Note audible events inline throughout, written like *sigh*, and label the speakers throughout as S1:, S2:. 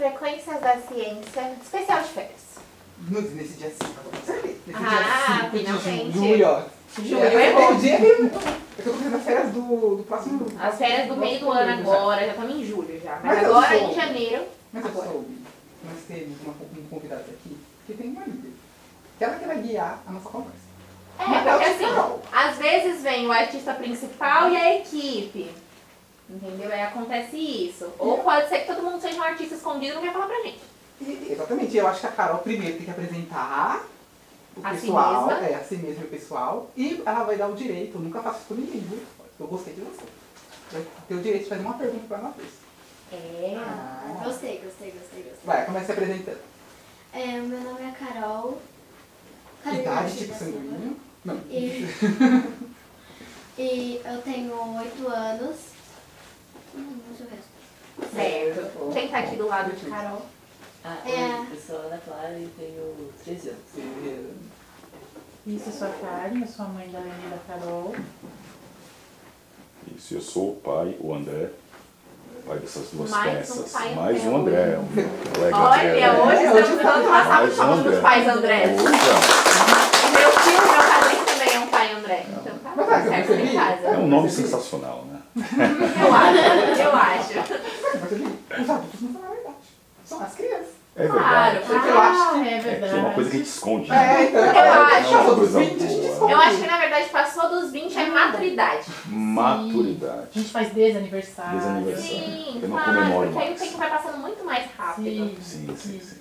S1: Frequências da ciência, especial de férias.
S2: No- Nesse dia 5, agora você vê. Nesse
S1: Ah,
S2: dia 5 de
S1: finalmente.
S2: julho, ó.
S1: Julho
S2: É,
S1: é
S2: é
S1: bom.
S2: o
S1: *laughs*
S2: dia que eu tô começando as férias do, do próximo.
S1: As férias do meio do ano agora, já estamos em julho já. Mas
S2: Mas eu
S1: agora
S2: sou.
S1: em janeiro.
S2: Mas eu soube, nós temos uma, um convidado aqui que tem uma líder. Que ela que vai guiar a nossa conversa.
S1: É,
S2: Mas é o
S1: porque assim,
S2: principal.
S1: às vezes vem o artista principal e a equipe. Entendeu? Aí acontece isso. Ou pode ser que todo mundo seja um artista escondido e não quer falar pra gente.
S2: E- exatamente, eu acho que a Carol primeiro tem que apresentar o
S1: A si
S2: pessoal,
S1: mesma.
S2: é, a si mesma e o pessoal, e ela vai dar o direito, eu nunca faço isso com ninguém, viu? Eu gostei de você. Vai ter o direito de fazer uma pergunta pra ela vez.
S1: É.
S2: Ah.
S3: Gostei, gostei, gostei, gostei.
S2: Vai, começa se apresentando.
S3: É, meu nome é Carol.
S2: Idade, tipo
S3: da Silva.
S2: sanguíneo. Não.
S3: E, e eu tenho 8 anos. Hum, deixa eu ver.
S1: Certo. Quem tá aqui do lado de Carol?
S4: Ah,
S3: É.
S4: oi, eu sou a Ana Clara e tenho 13 anos.
S2: Beleza.
S5: Isso, eu sou a Karen, eu sou a mãe da Ana e da Carol.
S6: Isso, eu sou o pai, o André, pai dessas duas
S1: Mais um
S6: peças.
S1: pai
S6: mais
S1: André
S6: um André, um
S1: *laughs*
S6: colega
S1: Olha,
S6: André.
S1: hoje
S2: É, hoje
S1: estamos falando
S2: tá-
S1: passado
S6: Mais um
S1: falando dos
S6: André.
S1: pais André.
S6: Outra,
S1: Meu filho, meu padrinho também é um pai André. Então tá
S2: Mas vai,
S1: tudo certo
S2: você
S1: em
S2: viu?
S1: casa.
S6: é um nome sensacional, né?
S1: Eu acho, eu acho.
S2: Mas ele- os adultos não falam a verdade. São as crianças.
S6: É
S1: Claro,
S6: verdade.
S2: Porque eu acho que.
S5: é
S6: É que é uma coisa que a gente esconde.
S2: É,
S6: né?
S2: então.
S1: Eu acho.
S2: Passou dos 20,
S6: Coisa
S2: a gente
S6: boa.
S2: esconde.
S1: Eu acho que na verdade passou dos 20 é maturidade.
S5: A
S6: Maturidade.
S5: gente faz desaniversário.
S6: Desaniversário.
S1: Sim,
S6: Eu não
S1: claro,
S6: comemoro
S1: porque aí o
S6: mais.
S1: tempo vai passando muito mais rápido.
S5: Sim,
S6: Sim, sim, sim.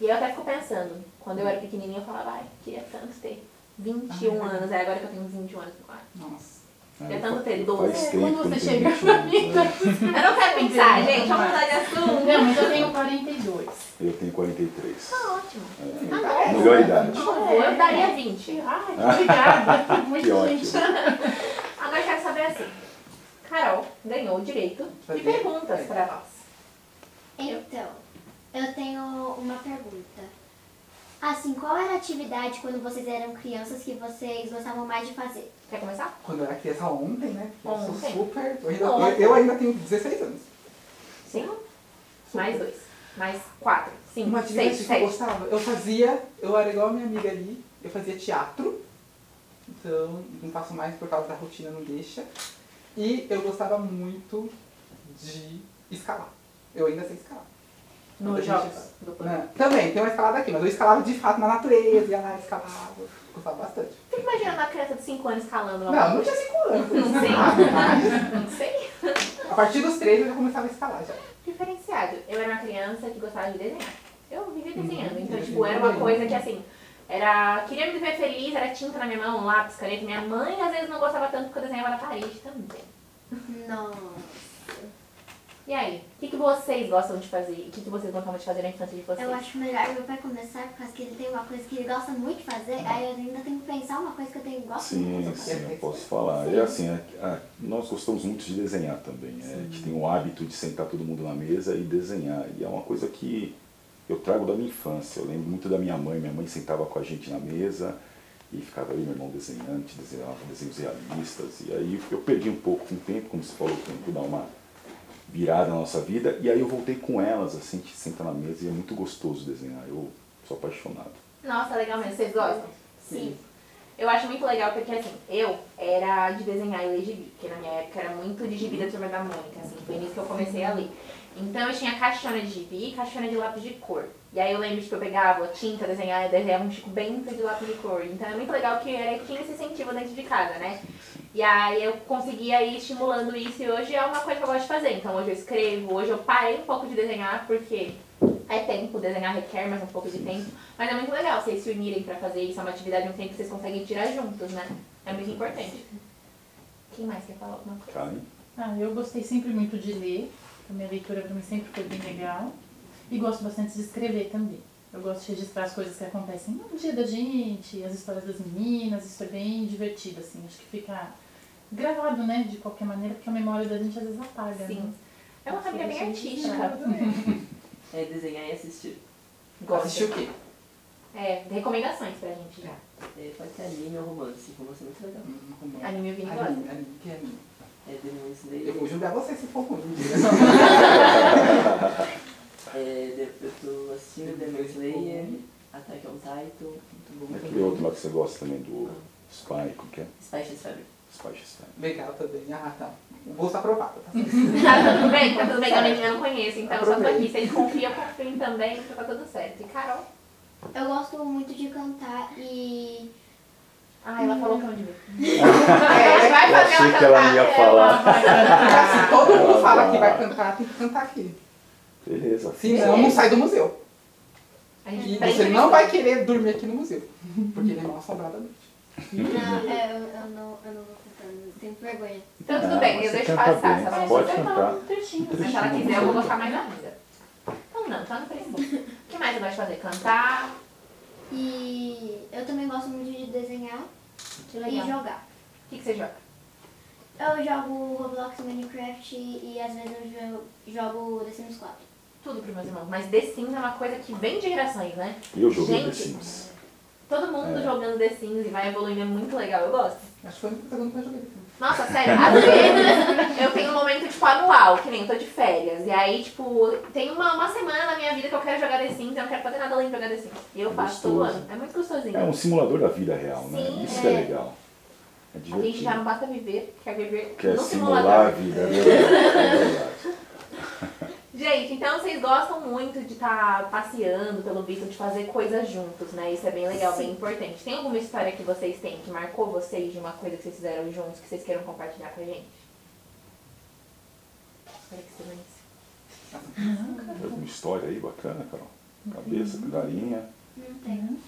S1: E eu até fico pensando, quando eu era pequenininha, eu falava, ai, queria tanto ter 21 anos. É agora que eu tenho 21 anos. eu falo,
S2: Nossa.
S1: Queria tanto ter 12.
S6: Faz
S5: É,
S6: tempo.
S5: quando você
S6: não tem
S5: chega
S6: 21
S5: pra mim,
S6: anos,
S5: tá
S6: né?
S1: Eu não quero pensar, gente. Vamos mudar de assunto.
S5: Não, mas eu tenho 42.
S6: Eu tenho 43.
S1: Tá ótimo. É.
S6: Melhor idade.
S1: Por favor, eu daria 20.
S5: Ai, obrigada.
S6: Que
S5: Muito
S6: ótimo.
S5: gente.
S1: Agora eu quero saber assim. Carol ganhou o direito de perguntas pra nós.
S3: Então, eu tenho uma pergunta. Assim, qual era a atividade quando vocês eram crianças que vocês gostavam mais de fazer?
S1: Quer começar?
S2: Quando eu era criança ontem, né? Porque Eu sou
S1: Ontem.
S2: super. Eu ainda,
S1: Ontem.
S2: eu ainda tenho 16 anos.
S1: Sim. Mais dois. Mais quatro. Cinco,
S2: Uma
S1: seis,
S2: atividade que eu
S1: sete.
S2: gostava. Eu fazia, eu era igual a minha amiga ali, eu fazia teatro. Então, não faço mais por causa da rotina, não deixa. E eu gostava muito de escalar. Eu ainda sei escalar.
S1: Nos jogos do plano.
S2: Né? Também, tem uma escalada aqui, mas eu escalava de fato na natureza, ia lá, escalava. Gostava bastante.
S1: Fica imaginando uma criança de 5 anos escalando lá. *laughs*
S2: Não, não tinha 5 anos.
S1: Não sei. Não sei.
S2: A partir dos 3 eu já começava a escalar já.
S1: Diferenciado. Eu era uma criança que gostava de desenhar. Eu vivia desenhando.
S2: Uhum,
S1: Então,
S2: eu
S1: tipo, era uma
S2: também.
S1: coisa que assim. Era. Queria me ver feliz, era tinta na minha mão, um lápis, caneta. Minha mãe às vezes não gostava tanto porque eu desenhava na parede também.
S3: Nossa,
S1: E aí, o que, que vocês gostam de fazer? E o que, que vocês gostavam de fazer na infância de vocês?
S3: eu acho melhor meu pai começar, por causa que ele tem uma coisa que ele gosta muito de fazer, aí eu ainda tenho que pensar uma coisa que eu tenho gosto muito.
S6: Sim, sim, eu posso falar. É assim, a- a- nós gostamos muito de desenhar também. É, a gente tem o hábito de sentar todo mundo na mesa e desenhar. E é uma coisa que eu trago da minha infância. Eu lembro muito da minha mãe. Minha mãe sentava com a gente na mesa e ficava aí meu irmão desenhante, desenhava desenhos realistas. E aí eu perdi um pouco com o tempo, como você falou, o tempo dá uma virada na nossa vida. E aí eu voltei com elas, assim, a gente senta na mesa e é muito gostoso desenhar. Eu sou apaixonado.
S1: Nossa, legal mesmo. Vocês gostam?
S2: Sim.
S1: Eu acho muito legal porque, assim, eu era de desenhar e ler gibi, porque na minha época era muito de gibi da Turma da Mônica, assim, foi nisso que eu comecei a ler. Então eu tinha caixona de gibi e caixona de lápis de cor. E aí eu lembro de que eu pegava tinta, desenhava, desenhava um Chico Bento de lápis de cor. Então é muito legal que era, tinha esse incentivo dentro de casa, né? E aí eu conseguia ir estimulando isso e hoje é uma coisa que eu gosto de fazer. Então hoje eu escrevo, hoje eu parei um pouco de desenhar porque é tempo, desenhar requer mais um pouco de tempo. Mas é muito legal vocês se unirem pra fazer isso, é uma atividade, um tempo que vocês conseguem tirar juntos, né? É muito importante. Quem mais quer falar alguma coisa?
S6: Karen?
S5: Ah, eu gostei sempre muito de ler. A minha leitura pra mim sempre foi bem legal. E gosto bastante de escrever também. Eu gosto de registrar as coisas que acontecem no dia da gente, as histórias das meninas. Isso é bem divertido, assim. Acho que fica gravado, né? De qualquer maneira, porque a memória da gente às vezes apaga.
S1: Sim.
S5: Né?
S1: É uma família bem artística.
S4: É desenhar e assistir.
S1: Gosto.
S2: Assistiu o quê?
S1: É, é, recomendações pra gente já.
S4: É, pode ser anime ou romance. Romance é muito legal.
S2: Um romance.
S1: Anime eu vi agora.
S2: Anime, anime, que é anime.
S4: É Demon Slayer.
S2: Eu vou julgar você se for ruim.
S4: É, de- eu tô assistindo Demon Slayer, Attack on Titan, muito bom.
S6: Aquele outro lá que você gosta também do Spy, como que é?
S4: Spy X Family.
S6: Spy X Family.
S2: Legal também. Ah, tá. Vou estar aprovada, tá
S1: *laughs*
S2: certo?
S1: *laughs* Tá tudo bem, tá tudo bem, eu nem- eu não conheço, então eu só tô aqui. Se ele confia, eu confio em também, então tá tudo certo. E Carol?
S3: Eu gosto muito de cantar e.
S1: Ah, ela falou que eu não *laughs* devia. É,
S6: Eu achei que ela ia falar.
S1: *laughs*
S2: Assim, todo mundo
S6: Ah,
S2: fala que
S6: tá.
S2: vai cantar, tem que cantar aqui.
S6: Beleza.
S2: Se não, não sai do museu.
S1: A
S2: E
S1: gente prende
S2: você
S1: no
S2: não
S1: estudo.
S2: vai querer dormir aqui no museu. Porque ele é mal assombrado à noite.
S3: Não, é, eu, eu não, eu não vou cantar, eu tenho vergonha.
S1: Então tudo
S6: Não,
S1: bem, eu
S6: Ah, você
S1: deixo
S6: canta
S1: passar.
S6: bem,
S1: se ela
S6: você
S1: não
S6: pode
S1: quiser,
S6: cantar.
S1: fala um trechinho.
S6: Um
S1: Mas se ela
S6: trechinho,
S1: quiser, eu vou
S6: você
S1: colocar mais ainda. Então não, só no Facebook. O que mais eu gosto de fazer? Cantar.
S3: E eu também gosto muito de desenhar
S1: Que
S3: e
S1: legal.
S3: jogar.
S1: O que, que você joga?
S3: Eu jogo Roblox, Minecraft e às vezes eu jo- jogo The Sims 4.
S1: Tudo pros meus irmãos. Mas The Sims é uma coisa que vem de gerações, né?
S6: Eu joguei The
S1: Gente.
S6: Sims.
S1: Todo mundo
S6: É.
S1: jogando The Sims e vai evoluindo, é muito legal, eu gosto.
S2: Acho que foi a única coisa que eu joguei. assim.
S1: Nossa, sério, às vezes eu tenho um momento, tipo, anual, que nem eu tô de férias. E aí, tipo, tem uma, uma semana na minha vida que eu quero jogar The Sims, eu não quero fazer nada além de jogar The Sims. E eu
S6: É
S1: faço todo
S6: gostoso.
S1: ano. É muito gostosinho.
S6: É um simulador da vida real, né?
S1: Sim,
S6: Isso que é
S1: é.
S6: legal.
S1: A
S6: É
S1: gente já
S6: divertido.
S1: não basta viver, quer viver
S6: Quer
S1: no
S6: simular
S1: simulador.
S6: a vida, é verdade. É
S1: *laughs*
S6: verdade.
S1: Gente, então vocês gostam muito de estar passeando, pelo visto, de fazer coisas juntos, né? Isso é bem legal, bem importante. Tem alguma história que vocês têm que marcou vocês de uma coisa que vocês fizeram juntos que vocês queiram compartilhar com a gente? Olha que silêncio.
S6: Alguma história aí bacana, Carol?
S1: Uhum.
S6: Cabeça, galinha.
S3: Não tem.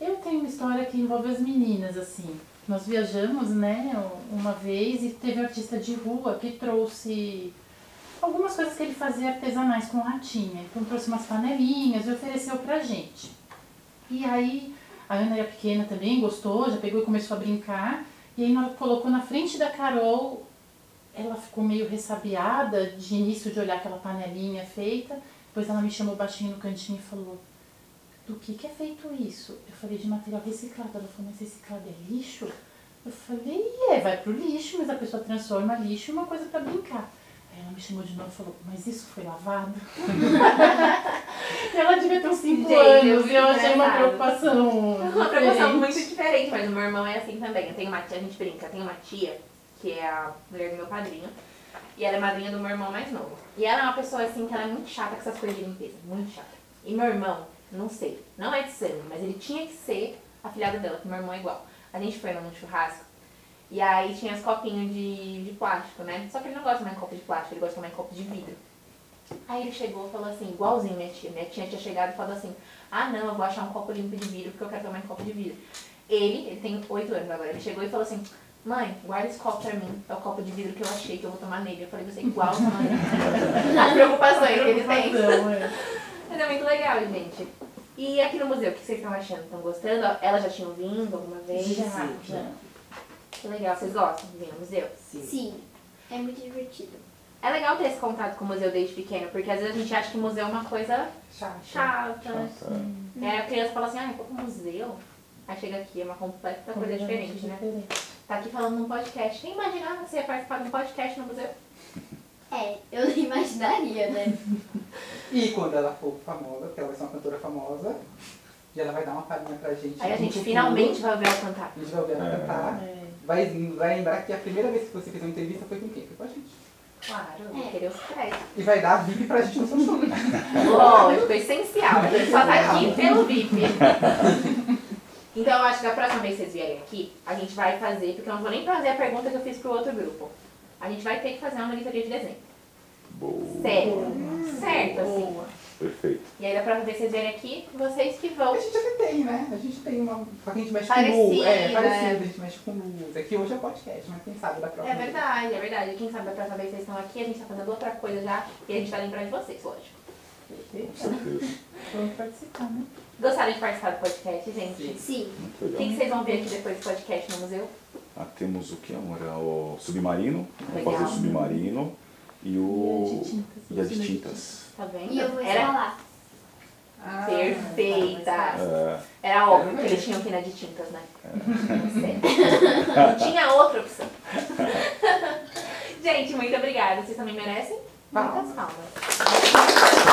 S5: Eu tenho uma história que envolve as meninas, assim. Nós viajamos, né, uma vez e teve um artista de rua que trouxe algumas coisas que ele fazia artesanais com ratinha. Então trouxe umas panelinhas e ofereceu pra gente. E aí a Ana era pequena também, gostou, já pegou e começou a brincar. E aí na hora que colocou na frente da Carol, ela ficou meio ressabiada de início de olhar aquela panelinha feita. Depois ela me chamou baixinho no cantinho e falou: do que, que é feito isso? Eu falei de material reciclado. Ela falou, mas reciclado é lixo? Eu falei, é, vai pro lixo, mas a pessoa transforma lixo em uma coisa pra brincar. Aí ela me chamou de novo e falou, mas isso foi lavado? *laughs* e ela devia ter uns 5
S1: Gente,
S5: anos e eu
S1: engraçado.
S5: achei uma preocupação.
S1: Uma preocupação muito
S5: diferente.
S1: diferente, mas o meu irmão é assim também. Eu tenho uma tia, a gente brinca, eu tenho uma tia, que é a mulher do meu padrinho, e ela é madrinha do meu irmão mais novo. E ela é uma pessoa assim que ela é muito chata com essas coisas de limpeza, muito chata. E meu irmão, não sei, não é de sangue, mas ele tinha que ser afilhado dela, porque meu irmão é igual. A gente foi num churrasco. E aí tinha os copinhos de, de plástico, né? Só que ele não gosta mais de copo de plástico, ele gosta mais de copo de vidro. Aí ele chegou e falou assim, igualzinho minha tia. Minha tia tinha chegado e falou assim, ah não, eu vou achar um copo limpo de vidro porque eu quero tomar um copo de vidro. Ele, ele tem 8 anos agora, ele chegou e falou assim, mãe, guarda esse copo pra mim, é o copo de vidro que eu achei que eu vou tomar nele. Eu falei, você é igual, mãe. As preocupações que ele tem. Mas é muito legal, gente. E aqui no museu, o que vocês estão achando? Estão gostando? Elas já tinham vindo alguma vez?
S5: Já,
S4: Sim.
S5: já.
S1: Que legal, vocês gostam de vir no museu?
S4: Sim.
S3: Sim, é muito divertido.
S1: É legal ter esse contato com o museu desde pequeno, porque às vezes a gente acha que museu é uma coisa
S2: Chato.
S1: chata.
S6: Nossa,
S1: E aí a criança fala assim, ah, eu vou pro museu. Aí chega aqui, é uma completa coisa diferente, né? Tá aqui falando num podcast. Nem imaginava que você ia participar de um podcast no museu.
S3: É, eu *laughs* não imaginaria, né?
S2: E quando ela for famosa, porque ela vai ser uma cantora famosa, e ela vai dar uma palhinha pra gente.
S1: Aí a
S2: no
S1: gente
S2: futuro.
S1: finalmente vai ver ela cantar.
S2: A gente vai ouvir ela
S6: É.
S2: cantar. Vai, vai lembrar que a primeira vez que você fez uma entrevista foi com quem? Foi com a gente.
S1: Claro, eu vou querer os créditos.
S2: E vai dar VIP pra gente no seu show. né?
S1: Lógico, é essencial. A gente só tá aqui pelo VIP. Então eu acho que da próxima vez que vocês vierem aqui, a gente vai fazer, porque eu não vou nem fazer a pergunta que eu fiz pro outro grupo. A gente vai ter que fazer uma monitoria de desenho.
S6: boa.
S1: Sério. Certo, assim.
S6: Perfeito.
S1: E aí da próxima vez que vocês vierem aqui, vocês que vão.
S2: A gente até tem, né? A gente tem uma. Só que a gente mexe com luz.
S1: Parecida,
S2: É,
S1: é.
S2: parecido, a gente mexe com luz. Aqui hoje é podcast, mas quem sabe da próxima.
S1: É verdade, é verdade. Quem sabe da próxima vez que vocês estão aqui, a gente tá fazendo outra coisa já e a gente vai lembrar de vocês, lógico.
S6: Com certeza.
S5: Vamos participar, né?
S1: Gostaram de participar do podcast, gente?
S4: Sim.
S3: Sim,
S6: Muito
S1: O que, que
S6: legal.
S1: vocês vão ver aqui depois do podcast no museu?
S6: Ah, temos o que, amor? É O submarino. Vamos
S1: Legal.
S6: fazer o submarino. E o.
S5: E a de tintas.
S6: E a de tintas.
S1: Tá vendo?
S3: e eu vou
S1: Era
S3: estar lá. Ah,
S2: Ah,
S1: Tá.
S6: É,
S1: Era óbvio que eles tinham quina de tintas, né? Não *laughs* tinha outra opção. Gente, muito obrigada. Vocês também merecem muitas palmas.